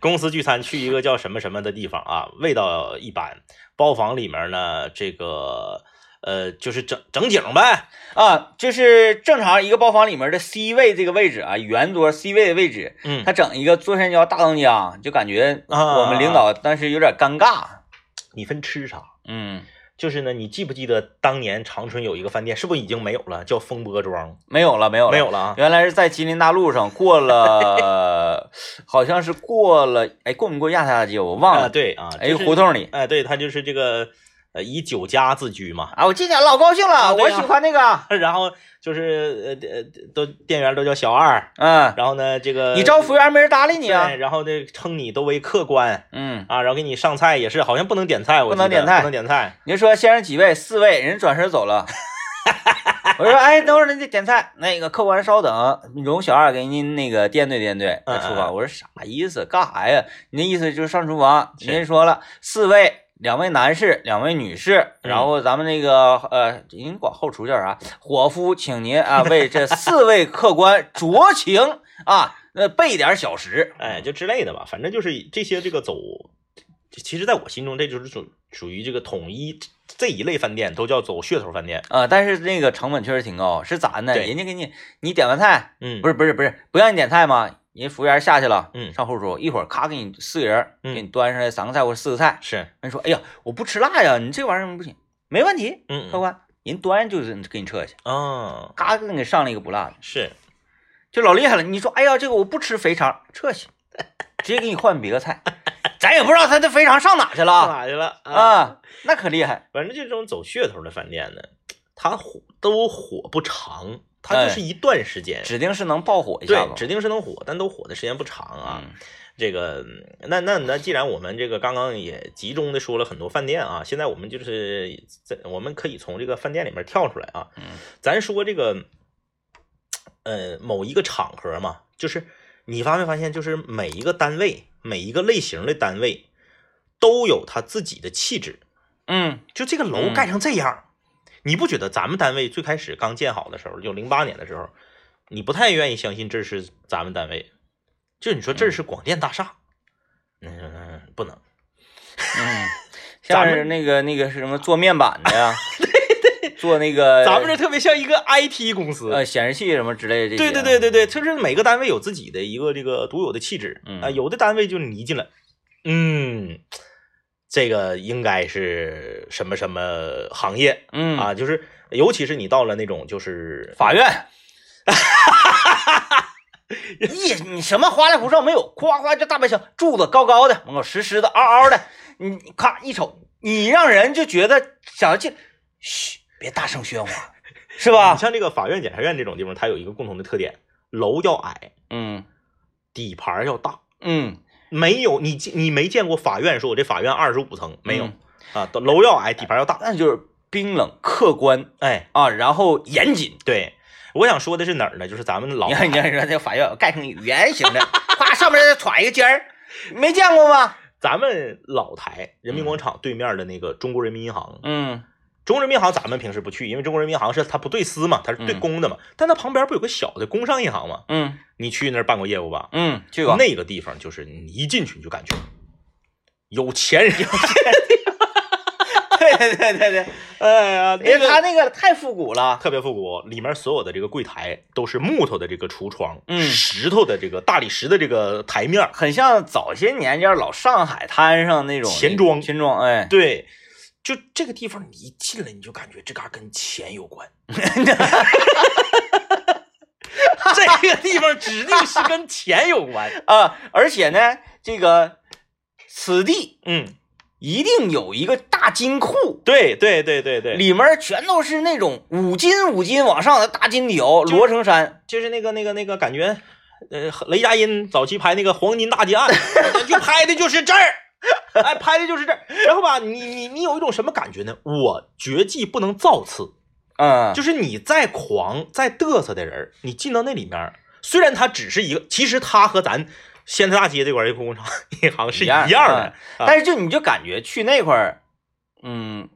S2: 公司聚餐去一个叫什么什么的地方啊，味道一般。包房里面呢，这个呃，就是整整景呗，
S1: 啊，就是正常一个包房里面的 C 位这个位置啊，圆桌 C 位的位置，
S2: 嗯
S1: 他整一个坐山椒大当家，就感觉
S2: 啊
S1: 我们领导当时有点尴尬。
S2: 你分吃啥？
S1: 嗯，
S2: 就是呢，你记不记得当年长春有一个饭店，是不是已经没有了？叫风波庄，
S1: 没有了，没有了，
S2: 没有了啊。
S1: 原来是在吉林大路上过了， 好像是过了，哎，过没过亚太大街我忘
S2: 啊，
S1: 了，
S2: 对啊，
S1: 哎，
S2: 就是
S1: 胡，同里
S2: 哎，对，他就是这个呃以酒家自居嘛，
S1: 啊，我进去老高兴了，
S2: 啊对
S1: 我
S2: 呀
S1: 喜欢那个，
S2: 然后就是呃呃都店员都叫小二，
S1: 嗯，
S2: 然后呢这个
S1: 你招服务员没人搭理你
S2: 呃对，
S1: 啊，
S2: 然后呢称你都为客官
S1: 嗯，
S2: 啊，然后给你上菜也是，好像不能点菜，我
S1: 不能
S2: 记得
S1: 点菜
S2: 不能点菜，
S1: 你就说先生几位，四位，人转身走 了。我说，哎，等会儿你得点菜，那个客官稍等，容小二给您那个垫对垫对，在厨
S2: 嗯嗯
S1: 房。
S2: 嗯
S1: 我说啥意思？干啥呀？您的意思就是上厨房？
S2: 是
S1: 您说了四位，两位男士，两位女士，
S2: 嗯
S1: 然后咱们那个呃，您管后厨叫啥？伙夫，请您啊为这四位客官酌情啊，那备点小食。
S2: 哎，就之类的吧，反正就是这些这个走，其实在我心中这就是属属于这个统一这一类饭店都叫走噱头饭店，
S1: 啊、但是那个成本确实挺高，是咋呢？
S2: 对
S1: 人家给你，你点完菜，
S2: 嗯，
S1: 不是不是不是，不让你点菜吗？人服务员下去了，
S2: 嗯
S1: 上后桌一会儿咔给你四个人、
S2: 嗯
S1: 给你端上来三个菜或者四个菜，
S2: 是，
S1: 人说哎呀我不吃辣呀，你这玩意儿不行，没问题，
S2: 嗯
S1: 客官人端上就是给你撤下去，
S2: 嗯，
S1: 咔给你上了一个不辣的，
S2: 是，
S1: 就老厉害了。你说哎呀这个我不吃肥肠，撤下， 直接给你换别的菜， 咱也不知道他这肥肠上哪去了
S2: 上
S1: 啊
S2: 哪去了啊？
S1: 啊，那可厉害，
S2: 反正这种走噱头的饭店呢，它火都火不长，
S1: 哎
S2: 它就是一段时间。
S1: 指定是能爆火一下
S2: 对，
S1: 子。
S2: 指定是能火，但都火的时间不长啊。
S1: 嗯
S2: 这个，嗯那那那，既然我们这个刚刚也集中的说了很多饭店啊，现在我们就是在我们可以从这个饭店里面跳出来啊，
S1: 嗯
S2: 咱说这个，呃，某一个场合嘛，就是你发没发现，就是每一个单位、每一个类型的单位都有它自己的气质，
S1: 嗯
S2: 就这个楼盖成这样，你不觉得咱们单位最开始刚建好的时候，就零八年的时候，你不太愿意相信这是咱们单位，就你说这是广电大厦，嗯，不能，
S1: 嗯，
S2: 咱
S1: 像
S2: 们
S1: 是那个那个是什么做面板的 呀，对对，做那个
S2: 咱们这特别像一个 IT 公司，
S1: 呃显示器什么之类的这
S2: 对
S1: 些，啊
S2: 对对对对，就是每个单位有自己的一个这个独有的气质，
S1: 嗯
S2: 啊，有的单位就是你一进来，嗯，这个应该是什么什么行业
S1: 嗯
S2: 啊，就是尤其是你到了那种就是
S1: 法院。一 你什么花里胡哨没有，夸夸这大白墙柱子高高的，门口实实的、嗷嗷的，你咔一瞅，你让人就觉得想要进，嘘，别大声喧哗，是
S2: 你
S1: 吧？
S2: 像这个法院、检察院这种地方，它有一个共同的特点：楼要矮，
S1: 嗯
S2: 底盘儿要大。
S1: 嗯，
S2: 没有你见，你没见过法院说我这法院二十五层没有、
S1: 嗯
S2: 啊？都楼要矮，底盘儿要大。
S1: 那就是冰冷、客观
S2: 哎，
S1: 啊，然后严谨。
S2: 对，我想说的是哪儿呢？就是咱们老
S1: 你看，你看，你看，这法院盖成圆形 的，啪，上面再歘一个尖儿，没见过吗？
S2: 咱们老台人民广场对面的那个中国人民银行，
S1: 嗯
S2: 中国人民银行咱们平时不去，因为中国人民银行是它不对私嘛，它是对
S1: 嗯
S2: 公的嘛。但它旁边不有个小的工商银行吗？
S1: 嗯
S2: 你去那儿办过业务吧？
S1: 嗯，去过。
S2: 那个地方就是你一进去你就感觉有钱
S1: 哎
S2: 人。
S1: 对对对对，
S2: 哎呀，
S1: 因
S2: 那
S1: 为
S2: 个
S1: 他那个太复古了。
S2: 特别复古，里面所有的这个柜台都是木头的这个橱窗，
S1: 嗯
S2: 石头的这个大理石的这个台面儿，
S1: 很像早些年就是老上海滩上那种
S2: 钱庄
S1: 钱庄，哎，
S2: 对，就这个地方你一进来你就感觉这嘎跟钱有关，这个地方指定是跟钱有关，
S1: 啊，而且呢，这个此地
S2: 嗯，
S1: 一定有一个大金库，
S2: 对对对对对，
S1: 里面全都是那种五斤五斤往上的大金条，
S2: 就是
S1: 摞成山。
S2: 就是那个那个那个感觉，呃，雷佳音早期拍那个《黄金大劫案》， 就拍的就是这儿。哎，拍的就是这儿，然后吧，你你你有一种什么感觉呢？我绝技不能造次，
S1: 嗯，
S2: 就是你再狂再嘚瑟的人儿，你进到那里面儿，虽然他只是一个，其实他和咱仙台大街这块儿的工厂银行是一样的，啊
S1: 但是就你就感觉去那块儿，嗯，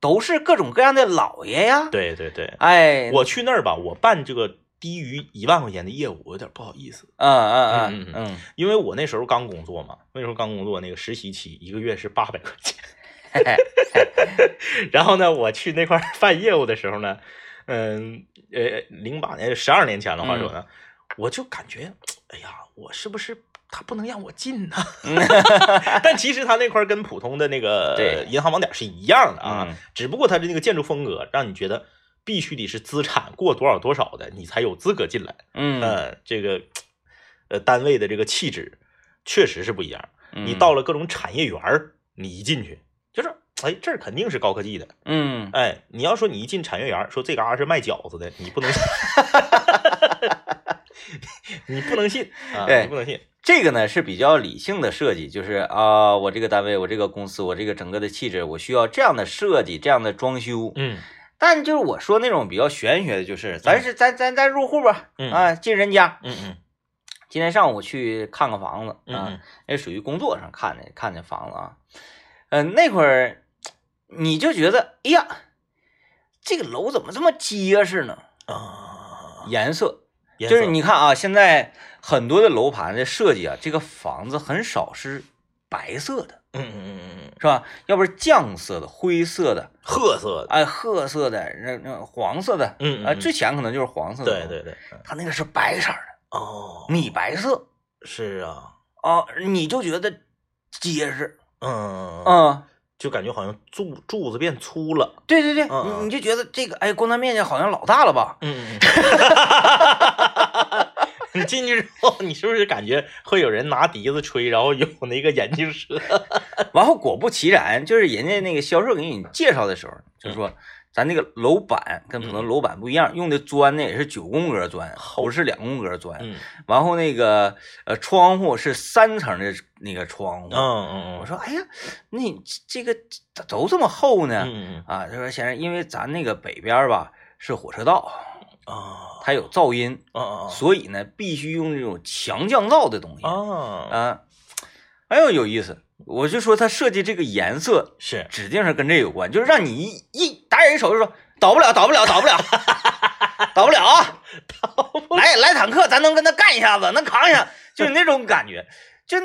S1: 都是各种各样的老爷呀。，
S2: 对对对，
S1: 哎，
S2: 我去那儿吧，我办这个低于一万块钱的业务，我有点不好意思，
S1: 嗯
S2: 嗯
S1: 嗯
S2: 嗯
S1: 嗯嗯，
S2: 因为我那时候刚工作嘛，那时候刚工作，那个实习期一个月是八百块钱，
S1: 嘿嘿
S2: 然后呢，我去那块儿 办业务的时候呢，嗯呃，零八年十二年前了，话说
S1: 嗯
S2: 呢，我就感觉，哎呀，我是不是他不能让我 进呢？ 但其实他那块儿跟普通的那个
S1: 对
S2: 银行网点是一样的啊，
S1: 嗯
S2: 只不过他的那个建筑风格让你觉得必须得是资产过多少多少的，你才有资格进来。
S1: 嗯，
S2: 嗯，这个呃单位的这个气质确实是不一样。
S1: 嗯
S2: 你到了各种产业园儿，你一进去就是，哎，这儿肯定是高科技的。
S1: 嗯。
S2: 哎，你要说你一进产业园儿，说这嘎是卖饺子的，你不能 信，你不能信啊，
S1: 对
S2: 你不能信。
S1: 这个呢是比较理性的设计，就是啊、我这个单位，我这个公司，我这个整个的气质，我需要这样的设计，这样的装修。
S2: 嗯
S1: 但就是我说那种比较玄学的，就是咱是咱咱咱入户吧，
S2: 嗯
S1: 啊，进人家。
S2: 嗯嗯
S1: 今天上午去看个房子
S2: 嗯
S1: 啊，那属于工作上看的看的房子啊。嗯、那会儿你就觉得，哎呀，这个楼怎么这么结实呢？
S2: 嗯啊，
S1: 颜色
S2: 颜
S1: 就是
S2: 色
S1: 你看啊，现在很多的楼盘的设计啊，这个房子很少是白色的，
S2: 嗯嗯嗯嗯嗯，
S1: 是吧？要不是酱色的、灰色的，
S2: 褐色的，
S1: 哎，褐色的、那那黄色的，
S2: 嗯嗯
S1: 啊，
S2: 嗯
S1: 最前可能就是黄色的。
S2: 对对，对，嗯
S1: 它那个是白色儿的，
S2: 哦，
S1: 米白色，
S2: 是啊，
S1: 啊，你就觉得结实，
S2: 嗯，
S1: 嗯，
S2: 就感觉好像柱柱子变粗了，
S1: 对对对，
S2: 嗯
S1: 你你就觉得这个，哎，光坛面积好像老大了吧？
S2: 嗯， 你进去之后，你是不是感觉会有人拿笛子吹，然后有那个眼镜蛇？
S1: 然后果不其然，就是人家那个销售给你介绍的时候，
S2: 嗯
S1: 就说咱这个楼板跟普通楼板不一样，用的砖呢也是九宫格砖，不是两宫格砖。
S2: 嗯
S1: 然后那个呃窗户是三层的那个窗户。
S2: 嗯嗯，
S1: 我说哎呀，那你这个咋都这么厚呢？
S2: 嗯
S1: 啊，他说先生，因为咱那个北边吧是火车道，
S2: 啊
S1: 它有噪音，
S2: 啊啊
S1: 所以呢必须用这种强降噪的东西。
S2: 啊，
S1: 啊，哎呦有意思，我就说他设计这个颜色
S2: 是
S1: 指定是跟这有关，就是让你一一打人一手就说倒不了，倒不了，倒不了，倒不了 啊！来来坦克，咱能跟他干一下子，能扛一下，就是那种感觉。就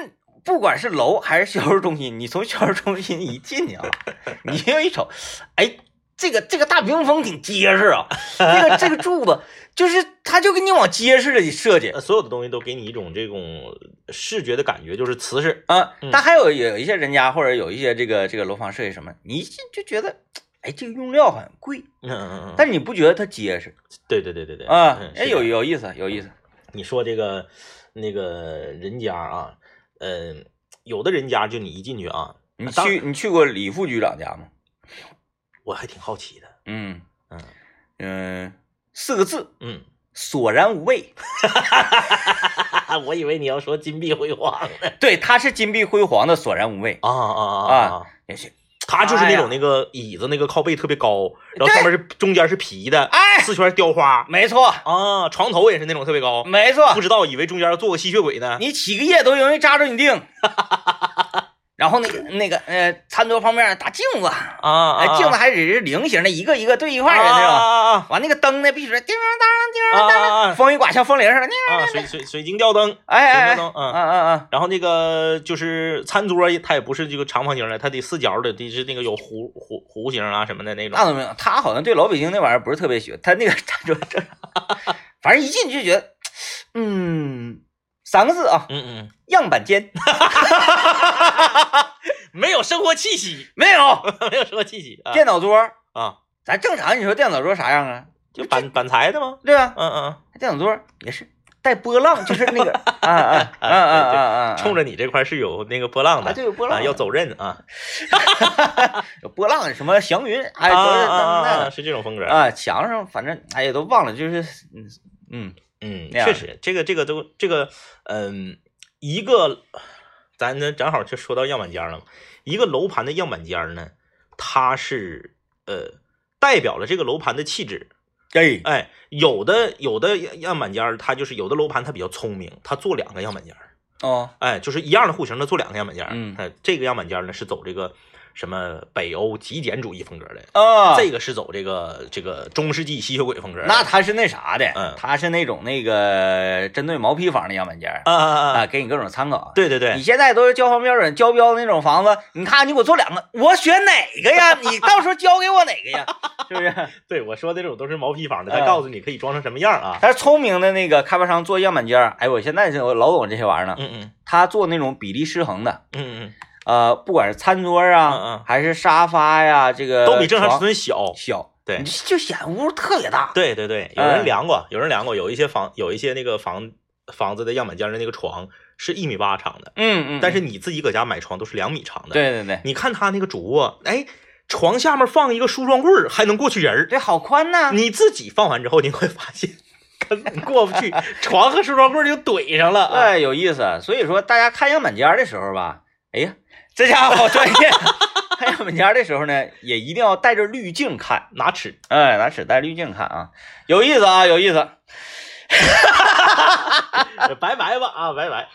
S1: 不管是楼还是销售中心，你从销售中心一进去啊，你就一瞅，哎。这个这个大屏风挺结实啊，这个这个柱子就是它就给你往结实里设计，
S2: 呃所有的东西都给你一种这种视觉的感觉，就是瓷实。
S1: 啊
S2: 嗯，
S1: 但还有有一些人家或者有一些这个这个楼房设计什么，你就就觉得，哎，这个用料好像贵，
S2: 嗯嗯嗯，
S1: 但你不觉得它结实
S2: 对对对对对
S1: 啊？
S2: 嗯
S1: 哎，
S2: 是
S1: 有
S2: 的啊
S1: 有意思，有意思，
S2: 你说这个那个人家啊，嗯、有的人家就你一进去啊，
S1: 你
S2: 当
S1: 去你去过李副局长家吗？
S2: 我还挺好奇的，
S1: 嗯
S2: 嗯
S1: 嗯，四个字，
S2: 嗯，
S1: 索然无味。
S2: 我以为你要说金碧辉煌呢，
S1: 对，他是金碧辉煌的索然无味，
S2: 啊啊
S1: 啊！也许，
S2: 他就是那
S1: 哎
S2: 种那个椅子那个靠背特别高，然后上面是中间是皮的，
S1: 哎，嗯
S2: 四圈雕花
S1: 没错，
S2: 啊，床头也是那种特别高，
S1: 没错
S2: 不，知道以为中间做个吸血鬼呢。
S1: 嗯你起个夜都容易扎着你腚。 然后那个那个呃，餐桌旁边大镜子，
S2: 啊
S1: 哎，镜子
S2: 啊
S1: 还只是菱形的，一个一个对一块儿的那种。
S2: 啊啊
S1: 完那个灯呢，必须是叮当
S2: 啊啊
S1: 当，风一刮像风铃似的，那
S2: 啊！水水水晶吊灯，
S1: 哎哎
S2: 水晶
S1: 哎，
S2: 吊
S1: 嗯
S2: 灯，嗯。
S1: 嗯
S2: 然后那个就是餐桌，它也不是这个长方形的，它得四角的，得是那个有弧弧弧形啊什么的那
S1: 嗯，
S2: 种
S1: 那。倒没有，他好像对老北京那玩意儿不是特别喜欢，他那个他说这，反正一进去就觉得，嗯，三个字啊，
S2: 嗯嗯，
S1: 样板间
S2: 没有生活气息，
S1: 没有，
S2: 没有生活气息啊
S1: 电脑桌，
S2: 啊，
S1: 咱正常你说电脑桌啥样啊？
S2: 就板板材的吗？
S1: 对吧？
S2: 嗯嗯
S1: 电脑桌也是带波浪，就是那 个啊啊啊啊啊啊，
S2: 嗯，冲着你这块是有那个波浪
S1: 啊，对，
S2: 的
S1: 有波
S2: 啊，
S1: 浪，
S2: 要走刃啊
S1: 有波浪，什么祥云，哎，
S2: 啊
S1: 都是
S2: 啊
S1: 那
S2: 啊
S1: 那
S2: 啊，是这种风格。
S1: 啊，墙上反正哎呀都忘了，就是嗯嗯
S2: 嗯，
S1: 那样
S2: 确实，这个这个都这个，嗯，一个，咱这正好就说到样板间儿了嘛。一个楼盘的样板间儿呢，它是呃代表了这个楼盘的气质。
S1: 哎
S2: 哎，有的有的样板间儿，它就是有的楼盘它比较聪明，它做两个样板间儿。
S1: 哦
S2: 哎，就是一样的户型，它做两个样板间儿。
S1: 嗯
S2: 哎，这个样板间儿呢是走这个什么北欧极简主义风格的，
S1: 啊，
S2: 这个是走这个这个中世纪吸血鬼风格的。
S1: 那他是那啥的，
S2: 嗯
S1: 他是那种那个针对毛坯房的样板间儿
S2: 啊啊啊啊！
S1: 啊，给你各种参考。
S2: 对对对，
S1: 你现在都是交房标准交标的那种房子，你看你给我做两个，我选哪个 呀？你到时候交给我哪个呀？是不是？
S2: 对，我说的这种都是毛坯房
S1: 嗯
S2: 的，他告诉你可以装成什么样啊。
S1: 但是聪明的那个开发商做样板间儿，哎，我现在是我老懂这些玩意儿呢。
S2: 嗯嗯
S1: 他做那种比例失衡的，
S2: 嗯
S1: 呃，不管是餐桌
S2: 嗯
S1: 啊
S2: 嗯，
S1: 还是沙发呀，这个
S2: 嗯，都比正常尺
S1: 床
S2: 寸小。
S1: 小，
S2: 对
S1: 你就显屋特别大。
S2: 对对对，有人量过，有人量过，有一些房有一些那个房房子的样板间的那个床是一米八长的，
S1: 嗯嗯，
S2: 但是你自己搁家买床都是两米长的。，
S1: 对对对，
S2: 你看他那个主卧，哎，床下面放一个梳妆柜儿，还能过去人儿。
S1: 这好宽呐。
S2: 你自己放完之后，你会发现根本过不去，床和梳妆柜儿就怼上了。哎，
S1: 哎，有意思。所以说，大家看样板间儿的时候吧，哎呀，这家伙好专业。看样板间儿的时候呢，也一定要带着滤镜看。
S2: 拿尺，
S1: 哎，拿尺带滤镜看啊，有意思啊，有意思。
S2: 拜拜吧啊，拜拜。